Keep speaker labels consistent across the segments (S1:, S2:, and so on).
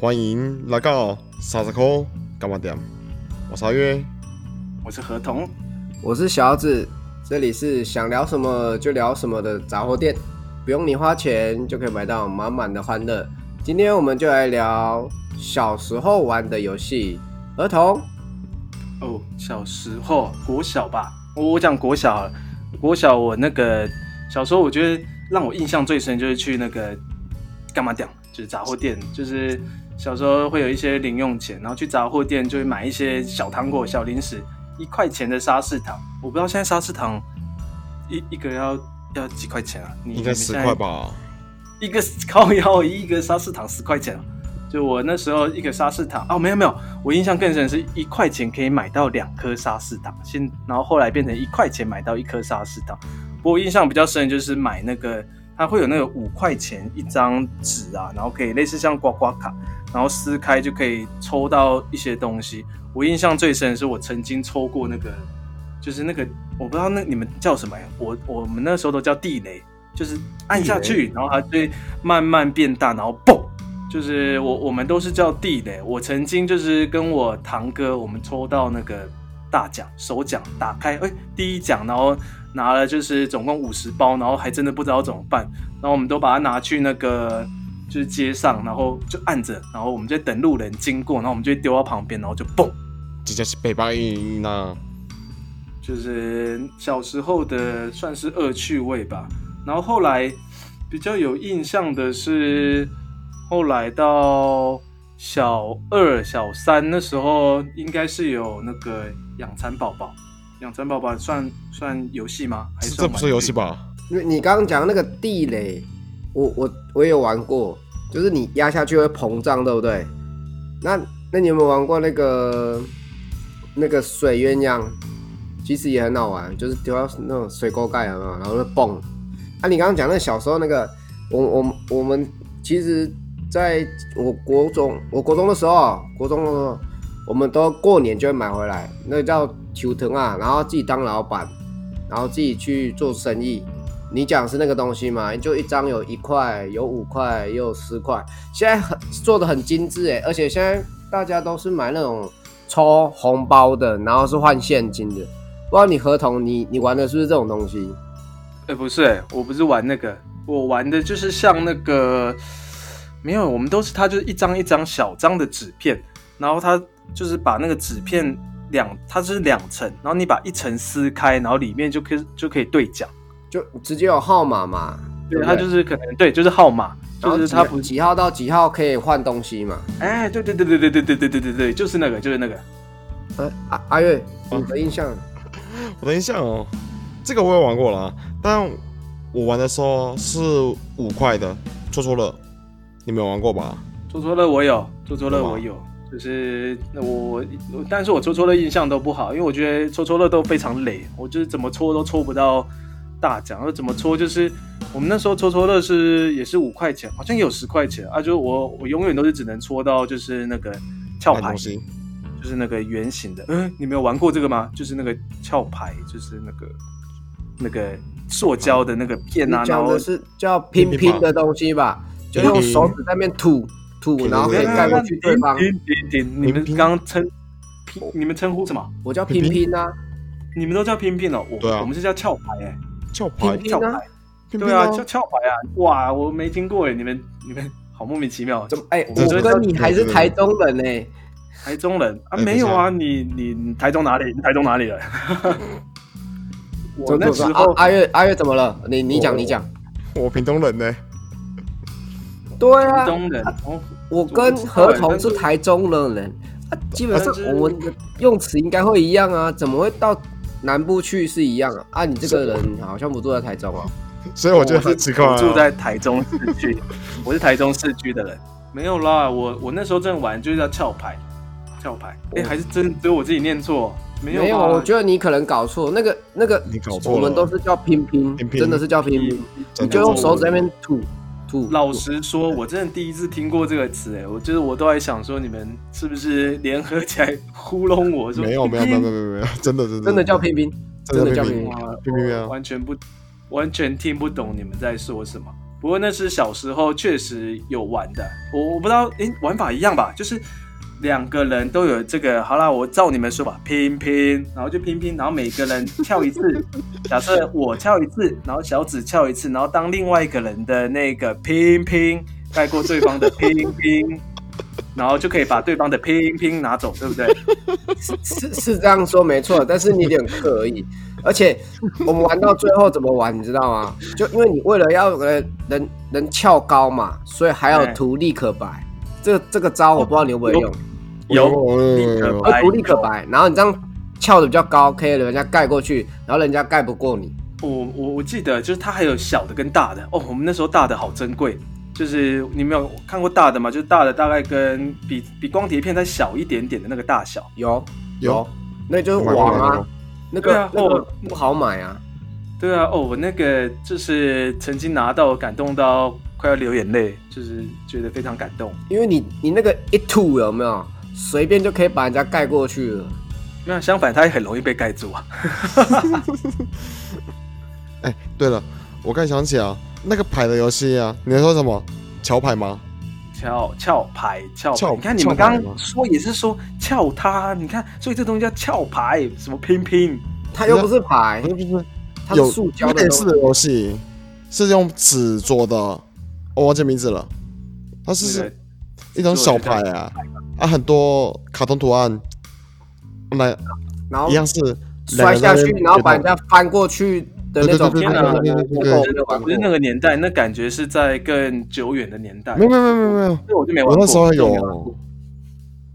S1: 欢迎来到傻子扣干嘛点？我是阿月，
S2: 我是合同，
S3: 我是小紫，这里是想聊什么就聊什么的杂货店，不用你花钱就可以买到满满的欢乐。今天我们就来聊小时候玩的游戏，儿童
S2: 哦，小时候国小吧，我我讲国小好了，国小我那个小时候，我觉得让我印象最深就是去那个干嘛店，就是杂货店，就是小时候会有一些零用钱，然后去杂货店就会买一些小糖果、小零食，一块钱的沙士糖，我不知道现在沙士糖一一个要要几块钱啊？你
S1: 应该十块？吧？
S2: 一个靠腰一个沙士糖十块钱啊，就我那时候一个沙士糖哦，没有没有，我印象更深是一块钱可以买到两颗沙士糖，先然后后来变成一块钱买到一颗沙士糖。不过印象比较深的就是买那个，它会有那个五块钱一张纸啊，然后可以类似像刮刮卡，然后撕开就可以抽到一些东西。我印象最深的是我曾经抽过那个，就是那个我不知道那你们叫什么呀，我我们那时候都叫地雷，就是按下去，然后它就会慢慢变大，然后嘣，就是我我们都是叫地雷。我曾经就是跟我堂哥，我们抽到那个大奖首奖，打开哎第一奖，然后拿了就是总共五十包，然后还真的不知道怎么办，然后我们都把它拿去那个。就是街上，然后就按着，然后我们就等路人经过，然后我们就丢到旁边，然后就蹦，
S1: 这就是北巴音呐。
S2: 就是小时候的算是恶趣味吧。然后后来比较有印象的是，后来到小二、小三那时候，应该是有那个养蚕宝宝。养蚕宝宝算算游戏吗？还
S1: 这这
S2: 是算
S1: 不
S2: 玩
S1: 是
S2: 具
S1: 游戏？吧？
S3: 你你刚刚讲那个地雷，我我我也有玩过，就是你压下去会膨胀，对不对？那那你有没有玩过那个那个水鸳鸯？其实也很好玩，就是丢到那种水沟盖有没有？然后就蹦。啊，你刚刚讲那小时候那个，我我们我们其实在我国中，我国中的时候，国中的时候，我们都过年就会买回来，那个叫球藤啊，然后自己当老板，然后自己去做生意。你讲是那个东西嘛？就一张有一块，有五块，也有十块。现在很做的很精致哎，而且现在大家都是买那种抽红包的，然后是换现金的。不知道你合同你你玩的是不是这种东西？
S2: 哎、不是、哎，我不是玩那个，我玩的就是像那个，没有，我们都是它就是一张一张小张的纸片，然后它就是把那个纸片两，它是两层，然后你把一层撕开，然后里面就可以就可以兑奖，
S3: 就直接有号码嘛？对
S2: 对，
S3: 不对，
S2: 它就是可能对，就是号码，就
S3: 然后
S2: 是
S3: 几
S2: 它不，
S3: 几号到几号可以换东西嘛？
S2: 哎，对对对对对对对对对对对，就是那个就是那个，
S1: 哎
S3: 呃，阿阿月，
S1: 啊
S3: 你的印象？
S1: 我的印象哦，这个我也玩过啦，但我玩的时候是五块的，戳戳乐，你没有玩过吧？
S2: 戳戳乐我有，戳戳乐
S1: 干嘛
S2: 我有，就是我，我但是我戳戳乐印象都不好，因为我觉得戳戳乐都非常累，我就是怎么戳都戳不到大奖，然后怎么戳就是我们那时候戳戳乐是也是五块钱，好像也有十块钱啊，就是我我永远都是只能戳到就是那个壳
S1: 烂
S2: 牌
S1: 东，西，
S2: 就是那个圆形的，嗯，你没有玩过这个吗？就是那个壳牌，就是那个那个塑胶的那个片啊，
S3: 你
S2: 然
S3: 讲
S2: 后
S3: 的是叫拼
S1: 拼吧
S3: 拼的东西吧？就
S1: 拼
S3: 用
S1: 拼
S3: 手指在那边吐吐，
S1: 拼
S3: 然后可以
S1: 拼
S3: 盖过去对方。
S2: 停停停！你们刚刚称拼，你们称呼什么？
S3: 我叫拼拼啊，
S2: 你们都叫拼拼哦，我、
S1: 对啊
S2: 我们是叫壳牌哎、
S1: 壳牌
S3: 拼，拼
S2: 跳
S3: 啊
S2: 牌，
S1: 拼拼
S2: 对啊，叫壳牌啊，哇，我没听过哎、你们你们好莫名其妙，
S3: 怎么？哎、
S2: 我
S3: 我
S2: 觉得
S3: 跟你还是台中人呢、
S2: 台中人啊？
S1: 哎
S2: 没有啊，你你你台中哪里？你台中哪里人？ 我那时
S3: 怎么
S2: 候
S3: 啊阿月阿月怎么了？你你讲
S1: 我
S3: 你讲。
S1: 我屏东人呢、
S3: 对
S2: 台
S3: 啊，
S2: 中人，哦
S3: 我跟合同是台中人人，啊、基本上
S2: 欸但是
S3: 我们的用词应该会一样啊，怎么会到南部去是一样啊？啊，你这个人好像不住在台中啊。
S1: 所以我觉得很奇怪、啊。
S2: 我住在台中市区，我是台中市区的人。没有啦，我我那时候正玩就是叫壳牌，壳牌。
S1: 哦
S2: 哎、
S3: 我
S2: 还是真只有我自己念错，没有
S3: 没有，啊
S2: 吧
S3: 我觉得你可能搞错，那个那个
S1: 你搞错了
S3: 我们都是叫拼拼，
S1: 拼拼
S3: 真的是叫拼拼，你就用手指在那边吐
S1: 哦
S3: 吐。
S2: 老实说，我真的第一次听过这个词，哎，我就是我都还想说你们是不是联合起来糊弄我说
S1: 没有没有没有没有没有没有，真的真的
S3: 真的叫拼拼，
S1: 真
S3: 真
S1: 的
S3: 的叫
S1: 拼拼
S3: 拼拼。
S2: 哇
S1: 没有没有
S2: 我完全不完全听不懂你们在说什么。不过那是小时候确实有玩的，我我不知道，诶，玩法一样吧？就是两个人都有这个，好啦，我照你们说吧，拼拼，然后就拼拼，然后每个人跳一次，假设我跳一次，然后小紫跳一次，然后当另外一个人的那个拼拼盖过对方的 拼拼，然后就可以把对方的拼拼拿走，对不对？
S3: 是是这样说没错，但是你有点刻意，而且我们玩到最后怎么玩，你知道吗？就因为你为了要有个人能能翘高嘛，所以还有
S2: 对
S3: 图立可白，这个这个招我不知道你有没有用，
S2: 有
S1: 嗯
S2: 立刻
S3: 呃，图立可白，然后你这样翘的比较高，可以人家盖过去，然后人家盖不过你，
S2: 我我我记得就是它还有小的跟大的哦，我们那时候大的好珍贵，就是你们有看过大的吗？就是大的大概跟比比光碟片再小一点点的那个大小。
S3: 有
S1: 有，
S3: 那就是
S1: 我玩过
S3: 网
S1: 玩
S3: 啊
S1: 过，
S3: 那
S2: 对
S3: 个
S2: 啊
S3: 那个
S2: 我
S3: 不好买啊，
S2: 对啊，哦，我那个就是曾经拿到感动到快要流眼泪，就是觉得非常感动。
S3: 因为你你那个一吐有没有，随便就可以把人家盖过去了。
S2: 那相反，它也很容易被盖住啊。
S1: 哎，对了，我刚想起啊，那个牌的游戏啊，你在说什么？桥牌吗？
S2: 翘翘牌，翘牌，
S1: 翘
S2: 你看你
S1: 翘
S2: 们
S1: 牌
S2: 刚
S1: 吗
S2: 刚说也是说翘它，你看，所以这东西叫翘牌，什么拼拼，
S3: 它又不哎是牌
S1: 不，是不是，
S3: 它
S1: 有
S3: 是塑胶的
S1: 类
S3: 东西
S1: 似。的游戏，是用纸做的，我忘记名字了。它
S2: 那个
S1: 是一种小牌啊，啊，很多卡通图案，来
S3: 然后
S1: 一样是
S3: 摔下去，然后把人
S1: 家
S3: 家翻过去的那种哦
S1: 对
S2: 对对
S3: 牌
S2: 对
S1: 对对对对
S3: 我
S1: 对
S3: 没有玩
S2: 不是那
S3: 过。
S2: 个年代，那感觉是在更久远的年代。
S1: 没有没有没有没有没有，
S2: 这我就
S3: 哎
S2: 没玩
S1: 我
S2: 过。
S1: 那时候有
S2: 这我没玩过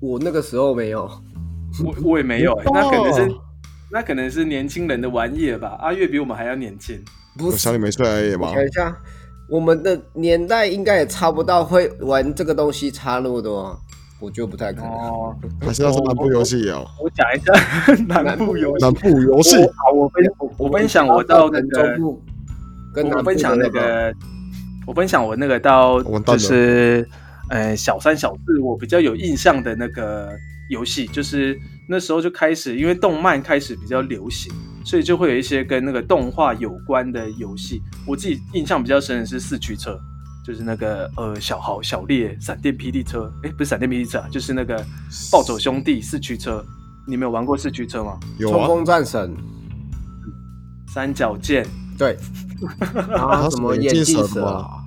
S3: 我那个时候没有，
S2: 我我也没有、欸，
S1: 哦
S2: 那可能是那可能是年轻人的玩意儿吧。阿月比我们还要年轻，
S3: 不
S1: 我
S3: 是
S1: 小。你没睡而已嘛。
S3: 想一下，我们的年代应该也差不到会玩这个东西差那么多，哦我觉得不太可能。
S2: 哦，
S1: 还是那是南部游戏哦，
S2: 我讲一下 南部游戏。
S1: 南部游戏
S2: 我好，我分我我分享我到那
S3: 南
S2: 个
S3: 中，部，跟
S2: 我
S3: 南部
S2: 分
S3: 的
S2: 享那
S3: 个
S2: 个，我分享我那个到
S1: 完蛋
S2: 就
S1: 了
S2: 是呃小三小四我比较有印象的那个游戏，就是那时候就开始因为动漫开始比较流行，所以就会有一些跟那个动画有关的游戏。我自己印象比较深的是四驱车，就是那个呃小豪、小烈、闪电霹雳车，诶，不是闪电霹雳车啊，就是那个暴走兄弟四驱车。你们有玩过四驱车吗？
S1: 有
S3: 冲
S1: 啊，
S3: 锋战神，
S2: 三角剑、
S3: 对，然
S1: 啊
S3: 后什么眼镜蛇啊，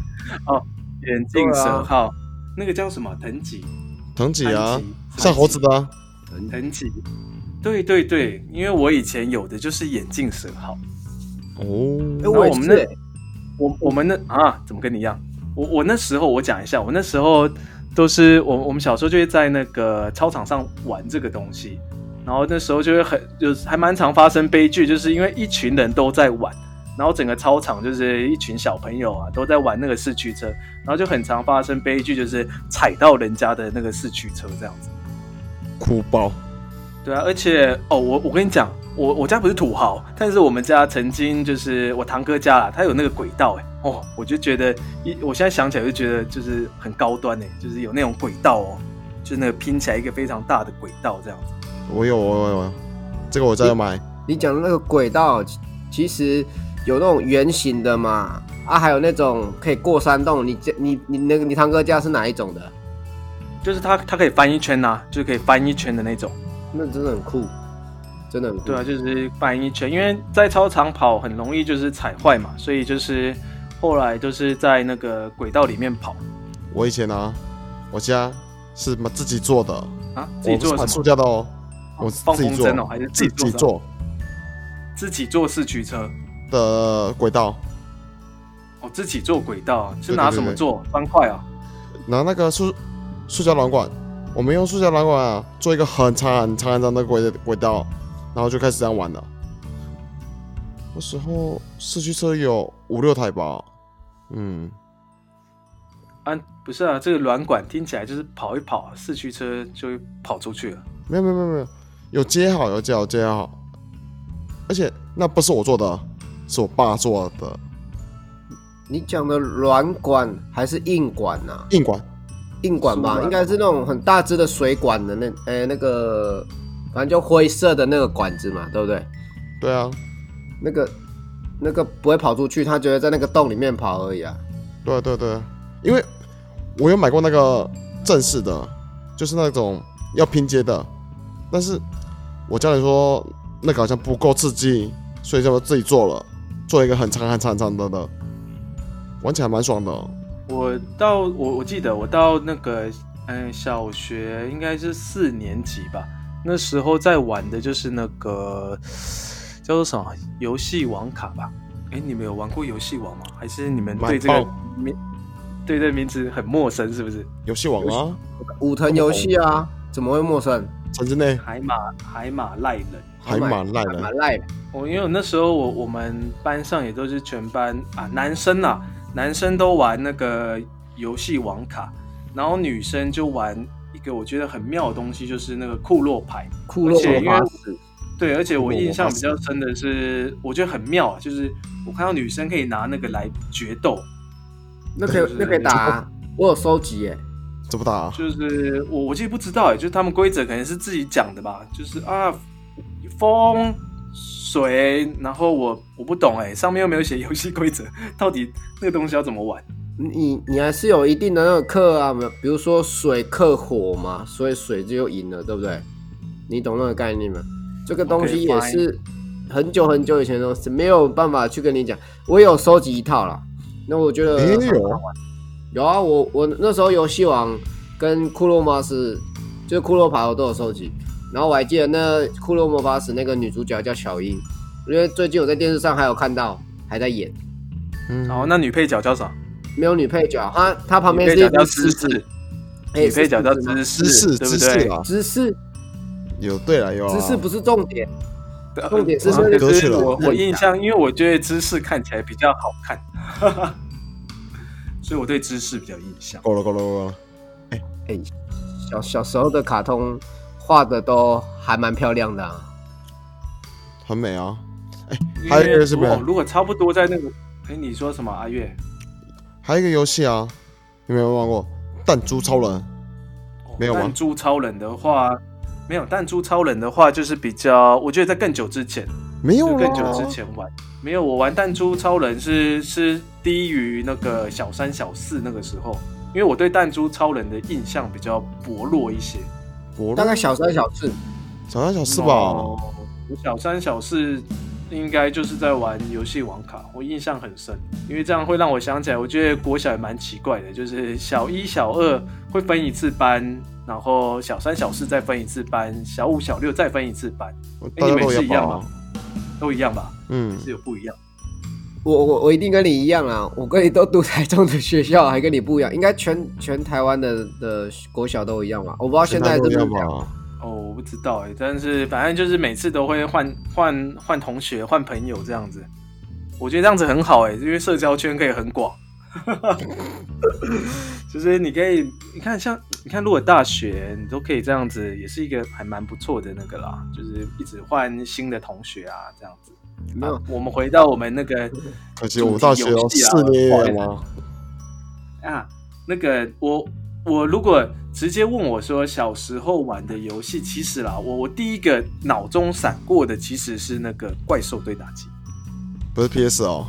S2: 眼镜
S3: 对
S2: 蛇
S3: 啊
S2: 号，那个叫什么藤吉？
S1: 藤井啊
S2: 安，吉
S1: 像猴子的啊，
S2: 藤吉，对对对，因为我以前有的就是眼镜蛇号，
S3: 哎，
S1: 哦，
S3: 我也
S2: 我们
S3: 是
S2: 那
S3: 欸，
S2: 我我们那啊，怎么跟你一样？我我那时候我讲一下，我那时候都是我我们小时候就会在那个操场上玩这个东西，然后那时候就会很就是还蛮常发生悲剧，就是因为一群人都在玩，然后整个操场就是一群小朋友啊都在玩那个四驱车，然后就很常发生悲剧，就是踩到人家的那个四驱车这样子。
S1: 哭爆，
S2: 对啊，而且哦，我我跟你讲，我我家不是土豪，但是我们家曾经就是我堂哥家啦，他有那个轨道哎、哦，我就觉得一，我现在想起来就觉得就是很高端哎、就是有那种轨道哦，就是那个拼起来一个非常大的轨道这样子。
S1: 我有我有我有，这个我在买，
S3: 你讲的那个轨道，其其实有那种圆形的嘛，啊，还有那种可以过山洞。你这你你那个你堂哥家是哪一种的？
S2: 就是它它可以翻一圈呐、啊就是可以翻一圈的那种。
S3: 那真的很酷，真的很酷。
S2: 对啊，就是翻一圈，因为在操场跑很容易就是踩坏嘛，所以就是后来就是在那个轨道里面跑
S1: 我以前啊，我家是自己做的，
S2: 啊，自
S1: 我不
S2: 己
S1: 是
S2: 做
S1: 买
S2: 的
S1: 塑
S2: 什
S1: 胶的哦，
S2: 么？
S1: 我
S2: 放
S1: 自己
S2: 风
S1: 做，
S2: 筝哦，还是
S1: 自己
S2: 做的？
S1: 做
S2: 自己做四驱车。
S1: 的轨道，
S2: 哦，自己做轨道啊是
S1: 对对
S2: 拿
S1: 对
S2: 什么
S1: 对
S2: 做？方块啊？
S1: 拿那个塑塑胶软管，我们用塑胶软管啊做一个很长很长很长的轨轨道，然后就开始这样玩了。那时候四驱车有五六台吧，嗯，
S2: 啊，不是啊，这个软管听起来就是跑一跑，四驱车就会跑出去了。
S1: 没有没有没有没有，有接好有接好接好，而且那不是我做的，是我爸做的
S3: 你讲的软管还是硬管呐、啊？
S1: 硬管，
S3: 硬管
S2: 是啊
S3: 吧，
S2: 吧
S3: 应该是那种很大只的水管的那，呃、那个，反正就灰色的那个管子嘛，对不对？
S1: 对啊，
S3: 那个那个不会跑出去，它只会在那个洞里面跑而已啊。
S1: 对啊对啊对啊，因为我有买过那个正式的，就是那种要拼接的，但是我家人说那个好像不够刺激，所以就自己做了，做一个很长很长很长的的，玩起来蛮爽的。哦
S2: 我到我我记得我到那个嗯小学应该是四年级吧，那时候在玩的就是那个叫做什么游戏王卡吧？哎，你们有玩过游戏王吗？还是你们对这
S1: 买
S2: 个
S1: 爆
S2: 名对这个名字很陌生？是不是？
S1: 游戏王啊，
S3: 武藤游戏啊，怎么会陌生？
S1: 城之内
S2: 海马海马赖人。
S1: 还蛮烂
S3: 蛮
S1: 的，
S3: 赖的。
S2: 我哦因为我那时候我我们班上也都是全班啊男生啊，男生都玩那个游戏王卡，然后女生就玩一个我觉得很妙的东西，就是那个库洛牌。
S3: 库洛
S2: 而且因为
S3: 法师，
S2: 对，而且我
S1: 库洛
S2: 印象
S1: 牌
S2: 比较深的是，我觉得很妙，啊就是我看到女生可以拿那个来决斗，
S3: 那可以那可以打啊，我有收集耶。
S1: 怎么打、啊？
S2: 就是我我其实不知道哎，就是他们规则可能是自己讲的吧，就是啊风水，然后我我不懂哎，上面又没有写游戏规则，到底那个东西要怎么玩？
S3: 你你还是有一定的那个克啊，没有比如说水克火嘛，所以水就赢了，对不对？你懂那个概念吗？这个东
S2: OK，
S3: 西也是很久很久以前的东西，没有办法去跟你讲。我有收集一套啦，那我觉得
S1: 哎、
S3: 很
S1: 有啊，
S3: 有啊，我我那时候游戏王跟库洛魔法师，就是库洛牌我都有收集。然后我还记得那库洛魔法使那个女主角叫小樱，因为最近我在电视上还有看到，还在演，
S1: 嗯，
S2: 然后那女配角叫啥？
S3: 没有女配角，她她旁
S2: 女
S3: 边
S2: 配
S3: 是一
S2: 角叫芝
S3: 只狮
S2: 士
S3: 子，，哎
S2: 女配角叫
S3: 是
S2: 芝
S1: 知识
S2: 士，对
S1: 知
S2: 不
S1: 识
S2: 对？
S1: 啊，
S3: 芝士，
S1: 有对了有啊，
S3: 芝士不是重点，
S2: 对
S3: 重点是
S2: 呃
S1: 个
S3: 那
S2: 可
S1: 歌曲了
S2: 我我
S3: 很
S2: 印
S3: 大
S2: 象，因为我觉得芝士看起来比较好看，所以我对芝士比较有印象。
S1: 够了够了够了，
S3: 小小时候的卡通画的都还蛮漂亮的、啊。
S1: 很美啊。
S2: 因
S1: 还有一
S2: 为
S1: 个是
S2: 如
S1: 什
S2: 果
S1: 么
S2: 如果差不多在那个，哎，你说什么？阿月？
S1: 还有一个游戏啊，你们有没有玩过弹珠超人？
S2: 哦
S1: 没有吗
S2: 弹珠超人的话，没有。弹珠超人的话，就是比较，我觉得在更久之前，
S1: 没有
S2: 就
S1: 啦
S2: 更久之前玩。没有，我玩弹珠超人是是低于那个小三小四那个时候，因为我对弹珠超人的印象比较薄弱一些。
S1: 薄
S3: 大
S1: 弱
S3: 概小三小四，
S1: 小三小四
S2: 哦
S1: 吧，
S2: 我小三小四应该就是在玩游戏王卡，我印象很深，因为这样会让我想起来，我觉得国小也蛮奇怪的，就是小一、小二会分一次班，然后小三、小四再分一次班，小五、小六再分一次班，
S1: 大家都
S2: 你们是一样啊
S1: 吧
S2: 吗？都一样吧？
S1: 嗯，
S2: 是有不一样。
S3: 我我我一定跟你一样啊！我跟你都读台中的学校，还跟你不一样，应该全全台湾的的国小都一样吧？我不知道 现在
S1: 大家
S3: 这
S1: 都一
S3: 边
S1: 样吧？
S2: 哦，我不知道哎、但是反正就是每次都会换换换同学、换朋友这样子，我觉得这样子很好哎、因为社交圈可以很广。 就是你可以，你看像你看，如果大学你都可以这样子，也是一个还蛮不错的那个啦，就是一直换新的同学啊，这样子。
S3: 没有
S2: 啊我们回到我们那个
S1: 可惜我们大学有四年也玩吗？
S2: 啊，那个我我如果直接问我说小时候玩的游戏，其实啦，我我第一个脑中闪过的其实是那个怪兽对打机。
S1: 不是 PS 哦，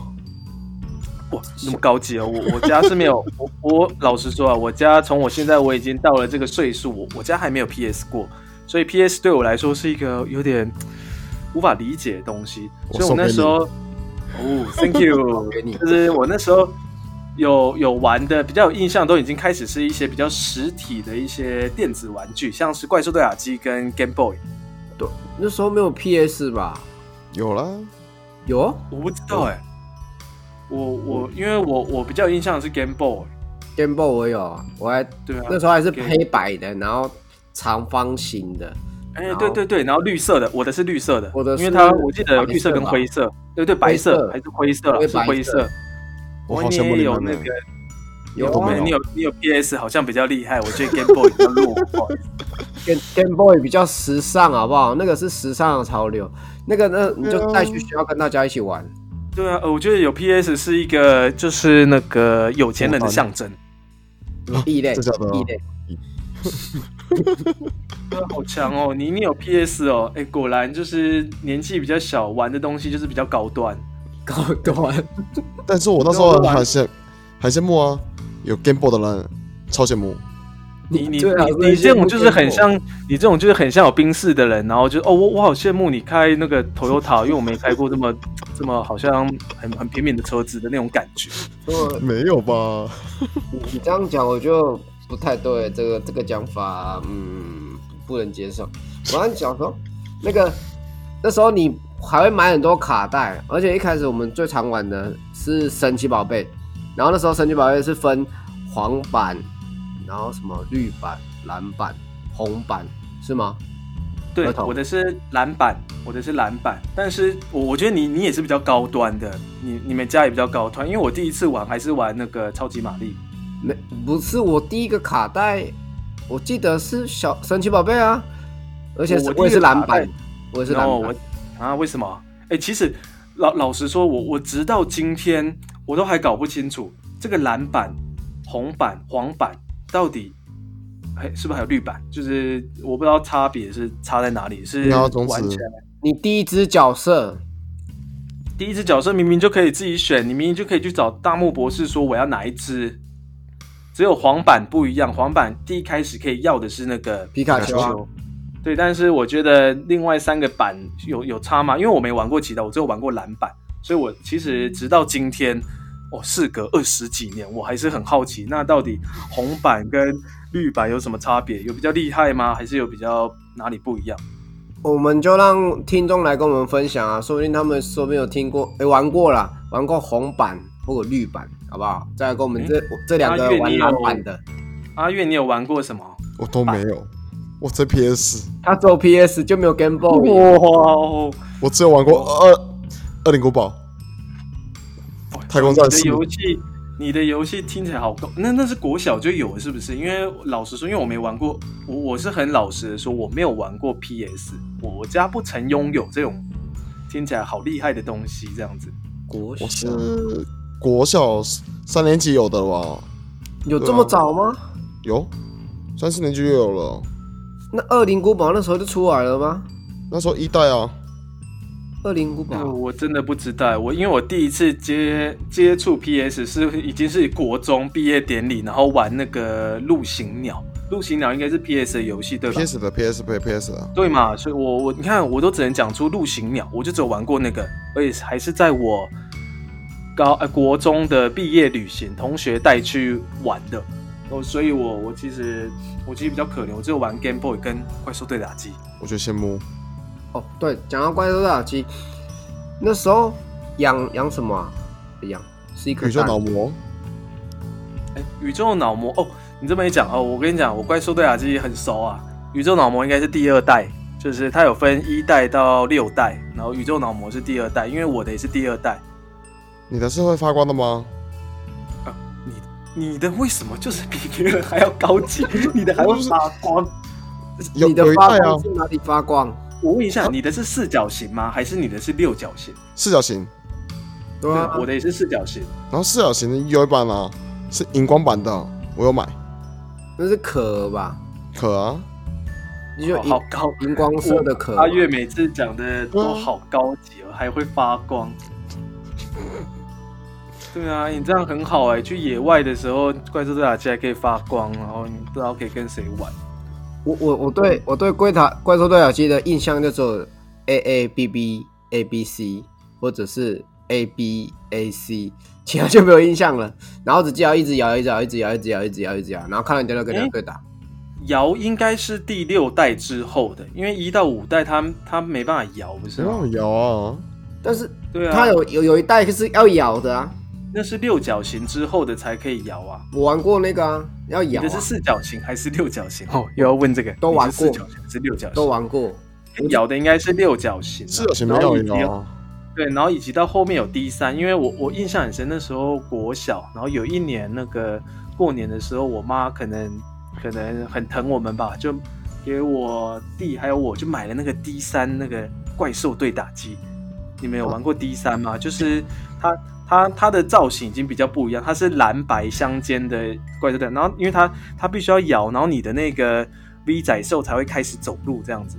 S2: 哇，那么高级哦！我我家是没有，我我老实说啊，我家从我现在我已经到了这个岁数，我我家还没有 PS 过，所以 PS 对我来说是一个有点无法理解的东西，
S1: 我
S2: 所以我那时候，哦，Thank you，
S3: 给你
S2: 就是我那时候有有玩的比较有印象，都已经开始是一些比较实体的一些电子玩具，像是怪兽对打机跟 Game Boy。
S3: 那时候没有 PS 吧？
S1: 有啦，
S3: 有哦
S2: 我不知
S1: 欸
S2: 道哎、我我因为我我比较有印象的是 Game Boy，
S3: Game Boy 我有啊，我还
S2: 对啊，
S3: 那时候还是
S2: Game-
S3: 黑白的，然后长方形的，
S2: 哎、
S3: 然后
S2: 对对对，然后绿色的，我的是绿色的，
S3: 我的
S2: 因为
S3: 是
S2: 它我记得有绿色
S3: 白色
S2: 跟
S3: 吧
S2: 灰色，对对，白
S3: 灰
S2: 色
S3: 色
S2: 还是灰色
S3: 我
S2: 了，
S3: 也
S2: 是
S3: 白
S2: 灰
S3: 色
S2: 色。
S1: 我
S2: 我
S1: 好
S2: 你
S1: 羡慕
S2: 也
S1: 你
S2: 有
S1: 们
S2: 那
S1: 呢
S2: 个，
S3: 有
S1: 都
S3: 啊
S1: 没有
S2: 你有你有 PS 好像比较厉害，我觉得 Game Boy 比较弱。哦
S3: Game Game Boy 比较时尚，好不好？那个是时尚的潮流，那个那你就带去学校跟大家一起玩。
S2: 对啊，呃我觉得有 PS 是一个就是那个有钱人的象征，
S3: 异类，
S1: 嗯这叫什么
S3: 异类，
S2: 对啊好强哦！你你有 PS 哦，哎，果然就是年纪比较小，玩的东西就是比较高端。
S3: 搞搞完
S1: 但是我那时候很羡很羡慕啊，有 Game Boy 的人超羡慕。
S2: 你你
S3: 对啊
S2: 你
S3: 所以
S2: 你这
S3: 羡慕
S2: 种就是很
S3: Apple
S2: 像你这种就是很像有冰室的人，然后就哦我我好羡慕你开那个 Toyota，因为我没开过这么这么好像很很平民的车子的那种感觉。
S3: 我
S1: 没有吧？
S3: 你这样讲我就不太对，这个这个讲法，嗯，不能接受。我刚讲说，那个那时候你还会买很多卡带，而且一开始我们最常玩的是神奇宝贝，然后那时候神奇宝贝是分黄版，然后什么绿版、蓝版、红版，是吗？
S2: 对
S3: 儿，童
S2: 我的是蓝板，我的是蓝板，但是我我觉得你你也是比较高端的，你你们家也比较高端，因为我第一次玩还是玩那个超级玛丽，
S3: 没，不是我第一个卡带，我记得是小神奇宝贝啊，而且
S2: 我
S3: 是
S2: 我第一
S3: 我也是
S2: 个卡
S3: 蓝版
S2: 带，
S3: 我也是
S2: 然
S3: 蓝
S2: 后
S3: 版
S2: 我。啊为什么？哎，其实老老实说，我我直到今天我都还搞不清楚这个蓝板、红板、黄板到底。还是不是还有绿板？就是我不知道差别是差在哪里，是
S1: 然后从此
S2: 完全
S3: 你第一只角色，
S2: 第一只角色明明就可以自己选，你明明就可以去找大木博士说我要哪一只。只有黄版不一样，黄版第一开始可以要的是那个
S3: 皮卡丘啊
S2: 对，但是我觉得另外三个版有有差吗？因为我没玩过其他，我只有玩过蓝版，所以我其实直到今天，哦，事隔二十几年，我还是很好奇，那到底红版跟绿版有什么差别？有比较厉害吗？还是有比较哪里不一样？
S3: 我们就让听众来跟我们分享啊，说不定他们说不定有听过，诶，玩过啦，玩过红版或者绿版，好不好？再来跟我们这、这两个
S2: 嗯阿月你
S3: 玩
S2: 有
S3: 蓝版的，
S2: 阿月，你有玩过什么？
S1: 我都没有，我这 PS，
S3: 他只有 PS 就没有 Game Boy，、
S2: 哇！
S1: 我只有玩过二二零古堡、太空战士
S2: 你的游戏，你的游戏听起来好高，那那是国小就有了是不是？因为老实说，因为我没玩过，我我是很老实的说，我没有玩过 PS，我我家不曾拥有这种听起来好厉害的东西，这样子。
S3: 国
S1: 我是
S3: 小
S1: 国小三年级有的吧？
S3: 有这么早吗？
S1: 有，三四年级就有了。
S3: 那《恶灵古堡》那时候就出来了吗？
S1: 那时候一代啊，
S3: 《恶灵古堡
S2: 那》我真的不知道，我因为我第一次接接触 PS 是已经是国中毕业典礼，然后玩那个陆行鸟，陆行鸟应该是 PS 的游戏对吧
S1: PS 的 PS 的 PS 的，啊
S2: 对嘛，所以我我你看，我都只能讲出陆行鸟，我就只有玩过那个，而且还是在我高呃国中的毕业旅行，同学带去玩的。哦，所以我我其实我其实比较可怜，我只有玩 Game Boy 跟怪兽对打机。
S1: 我觉得羡慕。
S3: 哦，对，讲到怪兽大机，那时候养养什么、啊？养是一颗
S1: 宇宙
S3: 蛋
S1: 脑魔，
S2: 哎，宇宙脑魔哦，你这么一讲哦，我跟你讲，我怪兽对打机很熟啊。宇宙脑魔应该是第二代，就是它有分一代到六代，然后宇宙脑魔是第二代，因为我的也是第二代。
S1: 你的是会发光的吗？
S2: 你你的为什么就是比别人还要高级？你的还会发光？
S1: 有
S3: 你的
S1: 有一
S3: 发
S1: 代啊
S3: 光，是哪里发光？
S2: 我问一下，你的是四角形吗？还是你的是六角形？
S1: 四角形，
S3: 对啊，
S2: 我的也是四角形。
S1: 然后四角形的有一版啊，是荧光版的，我有买，
S3: 那是壳吧？
S1: 可啊，
S3: 就
S2: 哦好
S3: 荧
S2: 好高，
S3: 荧光色的壳吧。
S2: 阿月每次讲的都好高级哦，还会发光。对啊，你这样很好哎、去野外的时候，怪兽对打机还可以发光，然后你不知道可以跟谁玩。
S3: 我我我对我对龟塔怪兽对讲机的印象就只有 A A B B A B C 或者是 A B A C，其他就没有印象了。然后只记得一直摇，一直摇，一直摇，一直摇，一直摇，一直摇，然后看人家就跟人家
S2: 啊
S3: 对打。
S2: 摇应该是第六代之后的，因为一到五代它它没办法摇，不是
S1: 谁让
S2: 吗
S1: 我？摇啊？
S3: 但是
S2: 对啊，
S3: 它有有有一代是要咬的啊，
S2: 那是六角形之后的才可以摇啊。
S3: 我玩过那个啊，要
S2: 你
S3: 咬、
S2: 的
S3: 啊
S2: 是，四角形还是六角形？哦，又要问这个，
S3: 都玩过
S2: 你是四角形还是六角形？
S3: 都玩过。
S2: 咬的应该是六角形、啊，
S1: 四角形没
S2: 然后
S1: 有
S2: 以及
S1: 摇啊，
S2: 对，然后以及到后面有 D 三，因为我我印象很深，那时候国小，然后有一年那个过年的时候，我妈可能可能很疼我们吧，就给我弟还有我就买了那个 D 三那个怪兽对打机。你们有玩过 D 三吗？就是它它它的造型已经比较不一样，它是蓝白相间的怪兽对打，然后因为它它必须要摇，然后你的那个 V 仔兽才会开始走路这样子。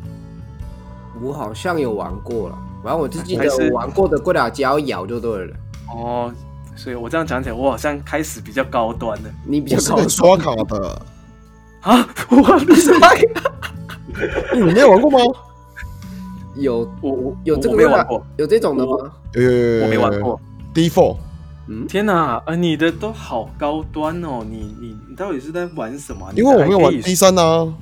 S3: 我好像有玩过了，反正我就记
S2: 还
S3: 得
S2: 是
S3: 我玩过的龟塔机要咬就对了。
S2: 哦，所以我这样讲起来，我好像开始比较高端了
S3: 你比
S1: 我
S3: 较
S1: 是
S3: 高
S1: 能刷卡的，
S2: 啊！ 我你是哪一个
S1: 你没有玩过吗？
S3: 有
S2: 我我
S3: 有这个
S2: 我没有
S3: 吗
S2: 玩过，
S3: 有这种的吗？
S1: 有有有有，
S2: 我没玩过。
S1: default，
S3: 嗯，
S2: 天哪、啊，你的都好高端哦！你你你到底是在玩什么啊？
S1: 因为我没有玩 D
S2: D
S1: 三啊。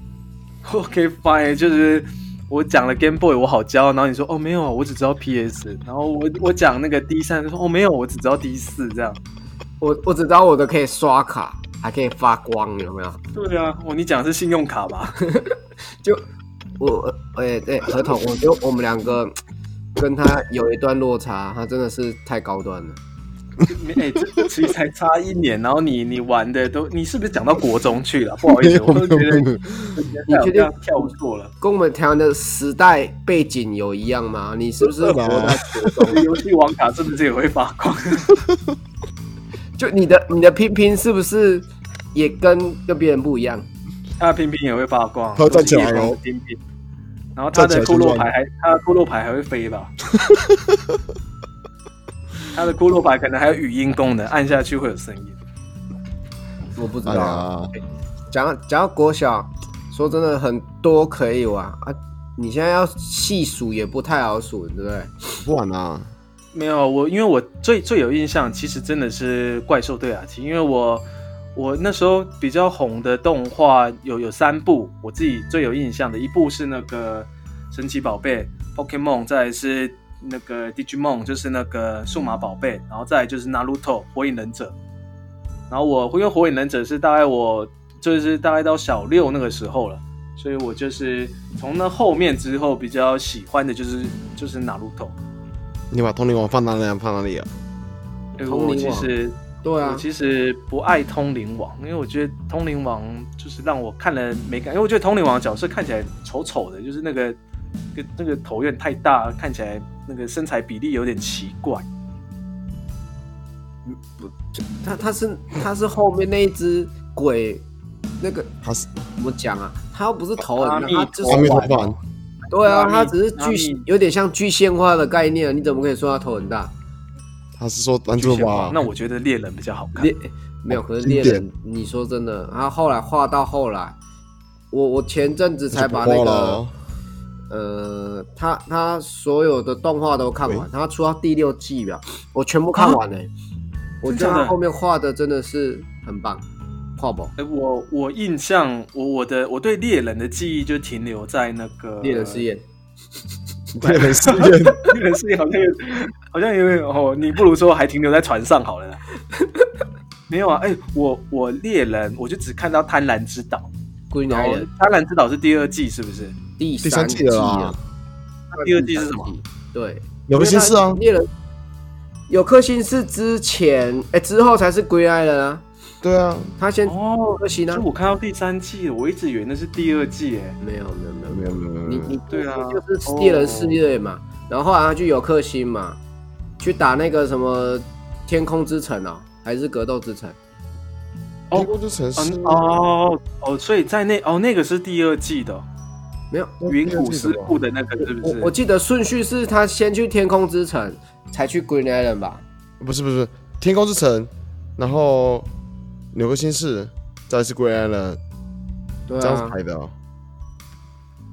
S2: OK fine，就是我讲了 Game Boy，我好骄傲。然后你说哦没有，我只知道 PS。然后我我讲那个 D 三，说哦没有，我只知道 D 四这样。
S3: 我我只知道我的可以刷卡，还可以发光，有没有？
S2: 对啊，哦你讲的是信用卡吧？
S3: 就我哎对、合同，我觉得我们两个跟他有一段落差，他真的是太高端了。
S2: 没哎、这这其实才差一年，然后你你玩的都，你是不是讲到国中去了？不好意 思，我都觉得你
S3: 你确定
S2: 要跳错了。
S3: 跟我们台湾的时代背景有一样吗？你是不是
S1: 当
S3: 活
S1: 然
S3: 在国中？
S2: 这游戏网卡是不是也会发 光？
S3: 就你的你的拼拼是不是也跟跟别人不一样？
S2: 他的拼拼也会发光，
S1: 他站起来
S2: 都是夜
S1: 哦
S2: 盲的拼拼。然后他的骷髅牌还，他的骷髅牌还会飞 吧？他的骷髅牌可能还有语音功能，按下去会有声音。
S3: 我不知
S1: 哎
S3: 道。
S2: 啊
S1: 呀，
S3: 讲到讲到国小，说真的很多可以玩啊，你现在要细数也不太好数，对不对？
S1: 不玩啊。
S2: 没有我，因为我最最有印象，其实真的是怪兽对啊，因为我我那时候比较红的动画有有三部，我自己最有印象的一部是那个神奇宝贝 Pokemon，再来是那个 Digimon，就是那个数码宝贝，然后再来就是 Naruto 火影忍者。然后我因为火影忍者是大概我就是大概到小六那个时候了，所以我就是从那后面之后比较喜欢的就是就是 Naruto。
S1: 你把通灵王放哪里啊？放哪里啊？
S2: 哎
S3: 通
S2: 我
S3: 灵
S2: 其
S3: 王
S2: 实
S3: 对
S2: 我
S3: 啊，
S2: 其实不爱通灵王，因为我觉得通灵王就是让我看了没感，因为我觉得通灵王角色看起来丑丑的，就是那个那个那个头有点太大，看起来那个身材比例有点奇怪。
S3: 他他是他是后面那一只鬼，那个
S1: 他是
S3: 怎么讲啊？他又不是头
S2: 阿
S3: 很
S2: 弥
S3: 大，他就
S1: 阿弥
S3: 是
S1: 陀佛，
S3: 对啊，
S2: 阿弥
S3: 他只是
S2: 阿
S3: 具
S2: 弥
S3: 有点像具现化的概念，你怎么可以说他头很大？
S1: 他是说男
S2: 巨
S1: 主
S2: 蟹
S1: 吧
S2: 王，？那我觉得猎人比较好看。
S3: 猎没有，可是猎人，你说真的，他后来画到后来，我我前阵子才
S1: 就不
S3: 把
S1: 画
S3: 那
S1: 了
S3: 个
S1: 哦。
S3: 呃，他他所有的动画都看完，他出到第六季了，我全部看完了、我觉
S2: 啊真的
S3: 得
S2: 假
S3: 他
S2: 的
S3: 后面画的真的是很棒，画宝
S2: 哎，我我印象我我的我对猎人的记忆就停留在那个
S3: 猎人试验，
S1: 对，很失恋。
S2: 猎人事业好像有，好像有点哦，你不如说还停留在船上好了啦。 没有啊，哎、我我猎人我就只看到贪婪之岛，
S3: 孤影
S2: 然后
S3: 人
S2: 贪婪之岛是第二季是不是？
S3: 第
S1: 第三
S3: 季
S1: 季了啦
S3: 了，啊
S2: 那啊第二季是什么？？
S3: 对，
S1: 有个心事啊，
S3: 猎人有颗心事之前，哎、之后才是归爱人啊，
S1: 对啊，
S3: 他先啊
S2: 哦，
S3: 可惜呢
S2: 就，我看到第三季，我一直以为那是第二季哎。
S3: 没有没有没有没
S1: 没
S3: 有
S1: 有没有没
S3: 你
S1: 有没
S3: 你
S1: 有，
S2: 对啊
S3: 就是猎人世界嘛，然后后来他去游客星嘛，去打那个什么天空之城哦，还是格斗之城？
S2: 哦
S1: 天空之城是
S2: 嗯哦哦，所以在那哦那个是第二季的
S3: 没有，
S2: 云谷师傅的那个是不
S3: 我我
S2: 是？
S3: 记得顺序是他先去天空之城，才去 Green Island 吧？
S1: 不是不是天空之城，然后有个心事，再来是 g r e n Island，
S3: 对
S1: 这样
S3: 啊
S1: 子，排的啊。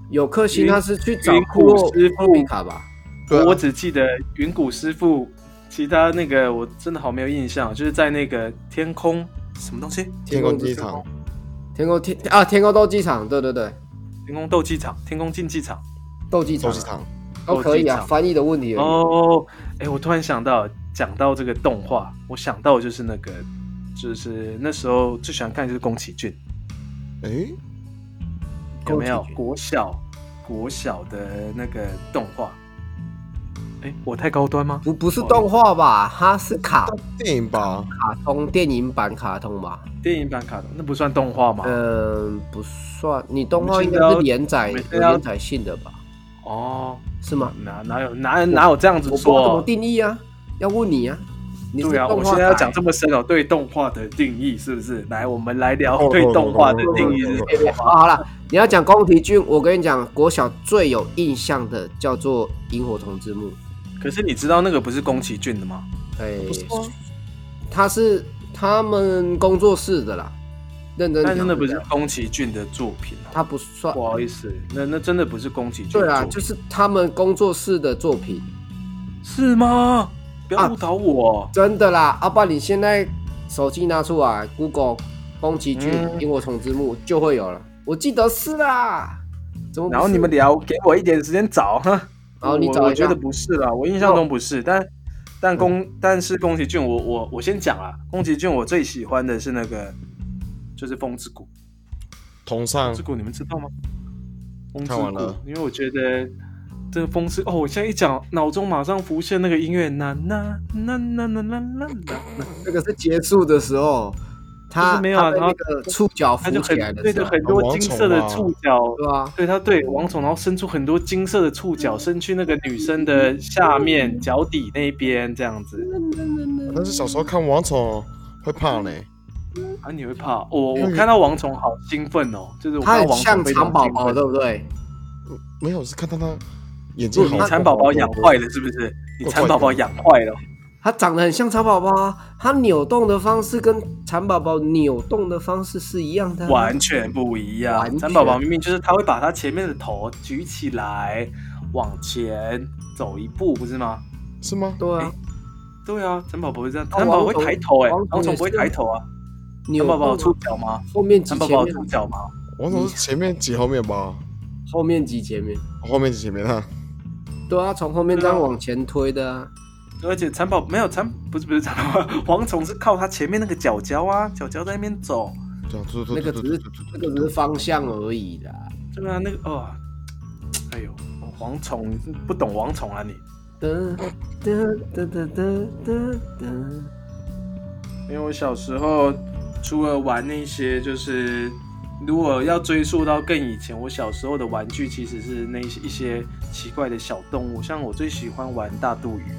S3: 有克星他是去找
S2: 云
S3: 库洛
S2: 云谷师傅
S3: 库比卡吧？
S1: 对啊
S2: 我只记得云谷师傅，其他那个我真的好没有印象，就是在那个天空什么东西，
S1: 天空机场，
S3: 天空天啊，天空斗技场，对对对，
S2: 天空斗技场、天空竞技场。
S3: 斗技
S1: 斗
S3: 场
S1: 鸡场，
S3: 都可以
S2: 斗技
S3: 啊，
S2: 场
S3: 翻译的问题而已。
S2: 哦，哎，我突然想到，讲到这个动画，我想到就是那个，就是那时候最喜欢看就是宫崎骏，
S1: 诶，
S2: 有没有
S3: 宫崎骏
S2: 国小国小的那个动画？哎，我太高端吗？
S3: 不不是动画吧？它是卡
S1: 电影吧，
S3: 卡通电影版卡通吧？
S2: 电影版卡通那不算动画吗？
S3: 嗯，不算，你动
S2: 我
S3: 画
S2: 们
S3: 应
S2: 现在
S3: 该
S2: 要
S3: 是连载
S2: 我们现
S3: 有
S2: 在要
S3: 连载性的吧？
S2: 哦，
S3: 是吗？
S2: 哪哪有哪哪有这样子
S3: 我不知道怎么
S2: 说？
S3: 定义啊，要问你啊。你是
S2: 对啊，
S3: 动
S2: 我
S3: 画
S2: 现在要
S3: 改
S2: 讲这么深哦，对动画的定义是不是？来，我们来聊
S1: 哦
S2: 对
S1: 哦
S2: 动画的
S1: 哦哦
S2: 定义是
S1: 哦
S2: 什么
S3: 好好了，你要讲宫崎骏，我跟你讲，国小最有印象的叫做《萤火虫之墓》，
S2: 可是你知道那个不是宫崎骏的吗？
S3: 哎，
S1: 不是吗？
S3: 他是他们工作室的啦，认真
S2: 但
S3: 讲，
S2: 是那不是，宫崎骏的作品啊，
S3: 他不算
S2: 不，好意思，那那真的不是宫崎骏的
S3: 对
S2: 作
S3: 啊，
S2: 品
S3: 就是他们工作室的作品，
S2: 是吗？不要
S3: 啊
S2: 误导我。
S3: 真的啦。阿爸，你现在手机拿出来，Google 宫崎骏
S2: 嗯
S3: 萤火虫之墓就会有了，我记得是啦。怎么不是？
S2: 然后你们聊，给我一点时间找哈。
S3: 然后你
S2: 我
S3: 找一
S2: 我觉
S3: 下
S2: 得不是啦，我印象中不是，但但宫但是宫崎骏，我我我先讲啦，宫崎骏我最喜欢的是那个就是《风之谷》，
S1: 同
S2: 《
S1: 上
S2: 之谷》你们知道吗？风之
S1: 看完了
S2: 谷，因为我觉得这个风之哦，我现在一讲，脑中马上浮现那个音乐，呐呐呐呐呐呐呐呐，
S3: 那个是结束的时候，
S2: 就
S3: 他
S2: 是没有啊
S3: 他被
S2: 然后
S3: 那个触角
S2: 他
S3: 浮
S2: 就
S3: 起
S2: 很
S3: 来的
S2: 对
S3: 时
S2: 着
S3: 候，
S2: 很多金色的
S1: 王虫
S2: 触
S1: 嘛
S2: 角，
S3: 对啊，
S2: 对他对王总，然后伸出很多金色的触角，
S3: 嗯
S2: 伸去那个女生的下面脚底那边，这样子
S1: 但是小时候看王宠会怕呢，
S2: 啊，你会怕？我我看到王总好兴奋哦，就是我
S3: 嗯他
S2: 看到
S3: 很
S2: 王
S3: 像
S2: 总非常
S3: 蚕宝宝，
S2: 兴奋
S3: 对不对？
S1: 没有是看到他眼睛好
S2: 你蚕宝宝养坏了是不是？你蚕宝宝养坏了，
S3: 它长得很像蚕宝宝啊，它扭动的方式跟蚕宝宝扭动的方式是一样的啊、
S2: 完全不一
S3: 完
S2: 样。
S3: 全
S2: 蚕宝宝明明就是他会把他前面的头举起来，往前走一步，不是吗？
S1: 是吗？
S3: 对啊，
S2: 对啊，蚕宝宝会这样，
S3: 啊
S2: 蚕宝宝会
S3: 王总
S2: 抬头哎
S3: 王，总
S2: 王总
S3: 也
S2: 不会
S3: 是
S2: 抬头啊，
S3: 扭
S2: 蚕宝宝
S3: 动
S2: 触
S3: 啊
S2: 角吗？
S3: 后面挤
S2: 蚕宝
S3: 前
S2: 宝
S3: 面啊
S2: 触，角吗？
S1: 王宠是前面挤后面吧？
S3: 后面挤前面，
S1: 后面挤前面啊？
S3: 对啊，从后面这
S2: 对啊
S3: 样往前推的啊。
S2: 而且蚕宝没有蚕，不是不是蚕宝， 蝗虫是靠它前面那个脚脚啊，脚脚在那边走。
S1: 对啊，对对对
S3: 那个
S1: 对
S3: 只
S1: 对
S3: 是
S1: 对
S3: 那
S1: 对
S3: 个只是方向而已啦。
S2: 对啊，那个哦，哎呦，哦蝗虫你是不懂蝗虫啊你。
S3: 哒哒哒哒哒哒哒，
S2: 因为我小时候除了玩那些，就是如果要追溯到更以前，我小时候的玩具其实是那些一些奇怪的小动物，像我最喜欢玩大肚鱼。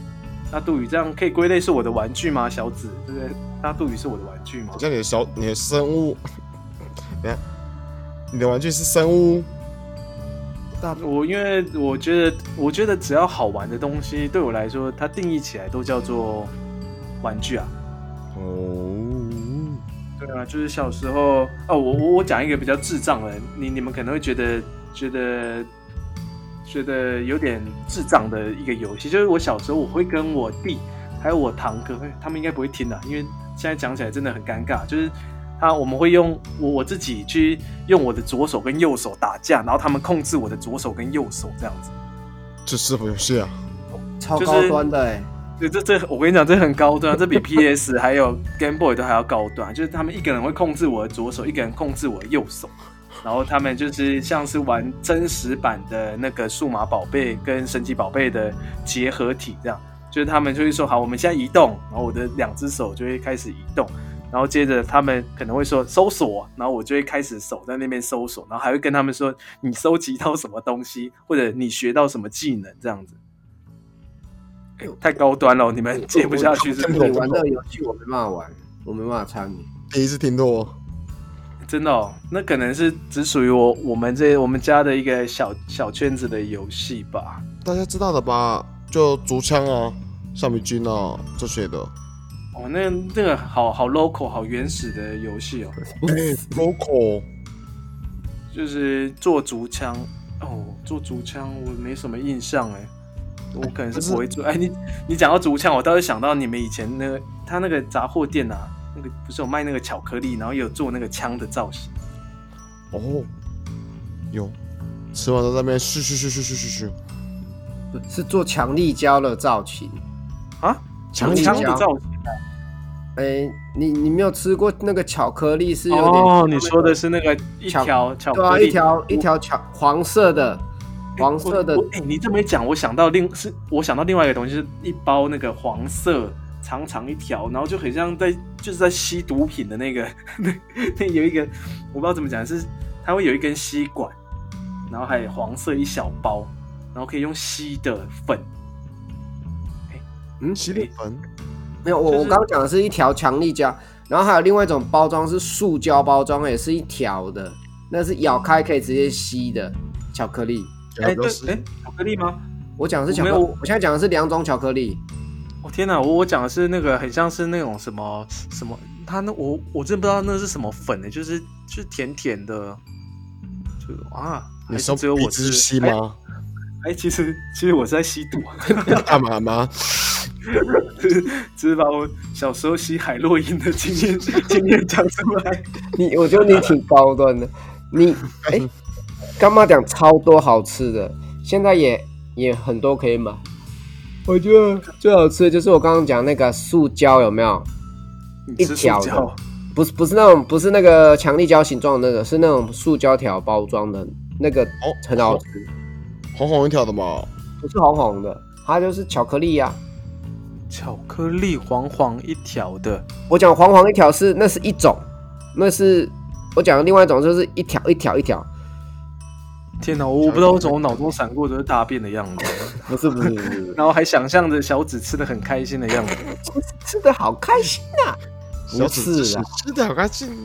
S2: 大肚鱼这样可以归类是我的玩具吗？小紫，对不对？大肚鱼是我的玩具吗
S1: 好？像你的小你的生物，你看你的玩具是生物，
S2: 我因为我觉得，我觉得只要好玩的东西，对我来说，它定义起来都叫做玩具啊。
S1: 哦，
S2: 对啊，就是小时候哦，我我我讲一个比较智障的，你你们可能会觉得觉得觉得有点智障的一个游戏，就是我小时候我会跟我弟还有我堂哥，他们应该不会听的、因为现在讲起来真的很尴尬，就是。他我们会用我我自己去用我的左手跟右手打架，然后他们控制我的左手跟右手这样子。
S1: 这是不游戏啊？
S3: 超
S2: 就是
S3: 高端的哎、
S2: 对，这这我跟你讲，这很高端，这比 PS 还有 Game Boy 都还要高端。就是他们一个人会控制我的左手，一个人控制我的右手，然后他们就是像是玩真实版的那个数码宝贝跟神奇宝贝的结合体这样。就是他们就会说好，我们现在移动，然后我的两只手就会开始移动，然后接着他们可能会说搜索，然后我就会开始手在那边搜索，然后还会跟他们说你收集到什么东西，或者你学到什么技能这样子。哎太高端了，你们接不下去是不
S1: 我
S3: 你
S1: 我
S2: 是？
S3: 玩这个游戏我没办法玩，我没办法参与。
S1: 第一次听到，哦
S2: 真的哦，那可能是只属于我我们这我们家的一个小小圈子的游戏吧。
S1: 大家知道的吧？就竹枪啊、橡皮筋啊这些 的。
S2: 哦，那那个好好 local 好原始的游戏哦。
S1: Vocal
S2: 就是做竹枪哦，做竹枪我没什么印象哎，我可能是不会做。哎，你你讲到竹枪，我倒是想到你们以前那个他那个杂货店啊，那个不是有卖那个巧克力，然后有做那个枪的造型。
S1: 哦，有吃完都在那边嘘嘘嘘嘘嘘嘘嘘，
S3: 不是做强力胶的造型。
S1: 强
S3: 力
S1: 力
S2: 枪
S3: 胶
S2: 的造型
S3: 哎、你你没有吃过那个巧克力是有点
S2: 哦，你说的是那个一
S3: 巧
S2: 条巧
S3: 对
S2: 克
S3: 啊，
S2: 力
S3: 一条一条巧黄色的黄色的
S2: 我我哎、你这么一讲，我想到另是我想到另外一个东西，是一包那个黄色长长一条，然后就很像在就是在吸毒品的那个那那有一个我不知道怎么讲，是它会有一根吸管，然后还有黄色一小包，然后可以用吸的粉，
S3: 哎
S1: 洗脸粉
S3: 没有，我、
S2: 就是
S3: 我刚刚讲的是一条强力胶，然后还有另外一种包装是塑胶包装，也是一条的，那是咬开可以直接吸的巧克力。
S2: 哎、
S1: 要不
S2: 对
S1: 要，吃
S2: 哎、巧克力吗？
S3: 我讲的是巧克
S2: 我没
S3: 力，
S2: 有
S3: 我现在讲的是两种巧克力，
S2: 我、天哪，我我讲的是那个很像是那种什么什么，它那我我真不知道那是什么粉呢、就是就是甜甜的，就啊，还
S1: 你
S2: 是
S1: 说
S2: 只有我
S1: 鼻
S2: 吃
S1: 子吸
S2: 哎
S1: 吗？
S2: 哎、其实其实我是在吸毒，
S1: 干嘛吗？
S2: 只是把我小时候吸海洛因的经验 经验讲出来。
S3: 你我觉得你挺高端的， 你哎，干妈讲超多好吃的，现在也也很多可以买。我觉得最好吃的就是我刚刚讲那个塑胶有没有？
S2: 你吃塑
S3: 一条的
S2: 胶，
S3: 不是不是那种不是那个强力胶形状的那个，是那种塑胶条包装的那个，很好吃，
S1: 红红一条的嘛，
S3: 不是红红的，它就是巧克力呀、
S2: 巧克力黄黄一条的，
S3: 我讲黄黄一条是那是一种，那是我讲的另外一种就是一条一条一条，
S2: 天哪，我我不知道为什么我脑中闪过都是大便的样子，
S3: 不是不是不是不是，
S2: 然后还想象着小紫吃的很开心的样子。
S3: 吃的好开心啊！
S1: 小指
S3: 是啊
S1: 吃的好开心。哦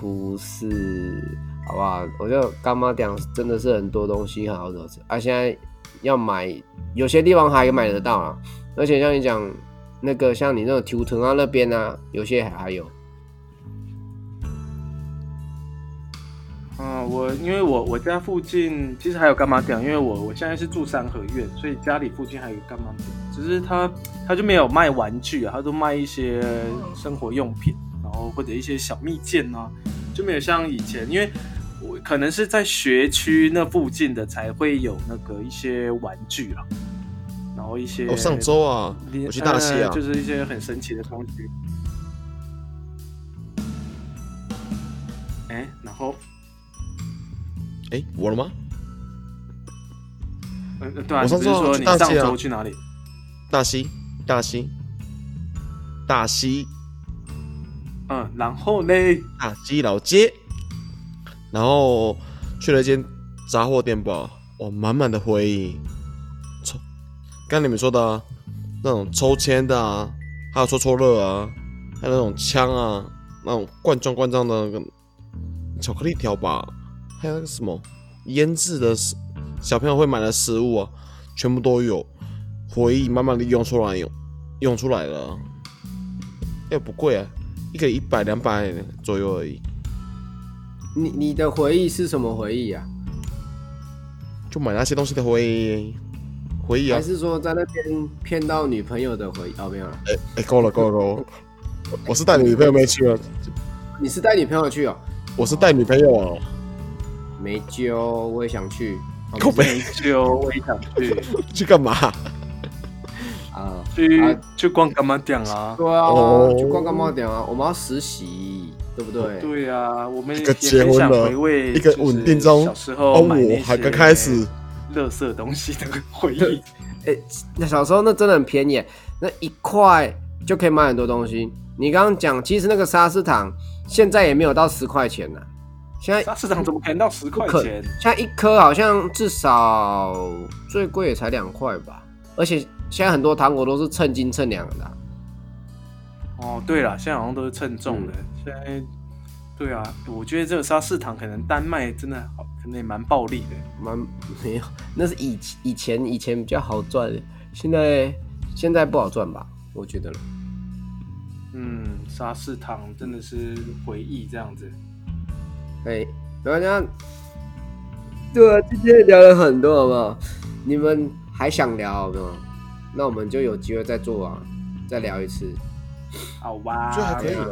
S3: 不是，好不好？我就干妈讲，真的是很多东西很好吃啊。现在要买，有些地方还买得到啊。而且像你讲那个，像你那种图腾啊那边啊，有些还还有。
S2: 嗯，我因为我我家附近其实还有干妈店，因为我我现在是住三合院，所以家里附近还有个干妈店，只是他他就没有卖玩具啊，他都卖一些生活用品，然后或者一些小蜜饯啊，就没有像以前，因为我可能是在学区那附近的才会有那个一些玩具啊，然后一些
S1: 我上周啊，我去大溪
S2: 呃
S1: 啊
S2: 就，是一些很神奇的东西。哎，然后。
S1: 哎，我了吗？
S2: 嗯，呃对啊，
S1: 我
S2: 你
S1: 上
S2: 不是
S1: 周好像
S2: 说
S1: 去
S2: 你
S1: 大
S2: 上
S1: 溪啊
S2: 周去哪里？
S1: 大溪，大溪，大溪，
S2: 嗯，然后呢？
S1: 大溪老街，然后去了一间杂货店吧，哇，满满的回忆。抽，刚刚你们说的、啊、那种抽签的啊，还有戳戳乐啊，还有那种枪啊，那种罐装罐装的那个巧克力条吧，还有那个什么腌制的食小朋友会买的食物啊，全部都有，回忆慢慢的涌出来，涌涌出来了啊。哎、不贵啊，一个一百两百左右而已，
S3: 你你的回忆是什么回忆啊？
S1: 就买那些东西的回忆，回忆啊
S3: 还。是说在那边骗到女朋友的回忆？哦，没有了，
S1: 哎、哎够了够了够了，我是带女朋友没去了，
S3: 你是带女朋友去哦？
S1: 我是带女朋友啊。
S3: 没揪，我也想去。哦
S1: 靠
S3: 不是
S1: 北
S2: 就我也想去，
S1: 去干嘛？
S3: 啊， 啊
S2: 去去逛干嘛店啊？
S3: 对啊，
S1: 哦
S3: 去逛干嘛点啊？我们要实习，对不对？
S2: 对啊，我们
S1: 一
S2: 也
S1: 个结
S2: 很
S1: 婚
S2: 想
S1: 了
S2: 回味
S1: 一个
S2: 就是
S1: 稳定中
S2: 小时
S1: 哦，
S2: 候买那
S1: 我还刚开始
S2: 些，垃圾东西的回忆。
S3: 哎、那小时候那真的很便宜，那一块就可以买很多东西。你刚刚讲，其实那个沙士糖现在也没有到十块钱呢、现在
S2: 沙市场怎么可能到十块
S3: 可
S2: 钱？
S3: 现在一颗好像至少最贵也才两块吧，而且现在很多糖果都是称斤称两的啊、
S2: 哦，对了，现在好像都是称重的。
S1: 嗯
S2: 现在，对啊，我觉得这个沙市场可能单卖真的好，可能也蛮暴利的。
S3: 蛮 没有，那是以以前以前比较好赚，现在现在不好赚吧？我觉得了。
S2: 嗯，沙市场真的是回忆这样子。
S3: 哎，然后呢？对啊，今天聊了很多，好不好？你们还想聊好没有？那我们就有机会再做啊，再聊一次，
S2: 好哇，啊
S1: 觉得还可以啊
S3: 吧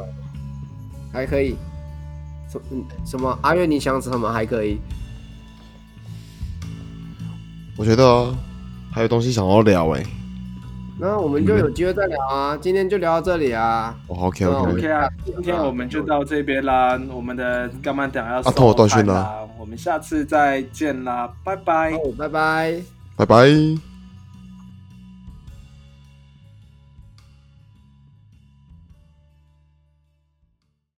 S3: 还可以。什嗯什么？阿月，你想什么？还可以。
S1: 我觉得、啊、还有东西想要聊哎、
S3: 那我们就有机会再聊啊，今天就聊到这里啊。
S1: 我好 OK
S3: 哦
S1: OK，,
S2: OK 啊，今天我们就到这边啦。我们的干嘛党要收
S1: 啊通我断讯
S2: 摊啦，我们下次再见啦，拜拜。
S3: 哦，拜拜。
S1: 拜拜。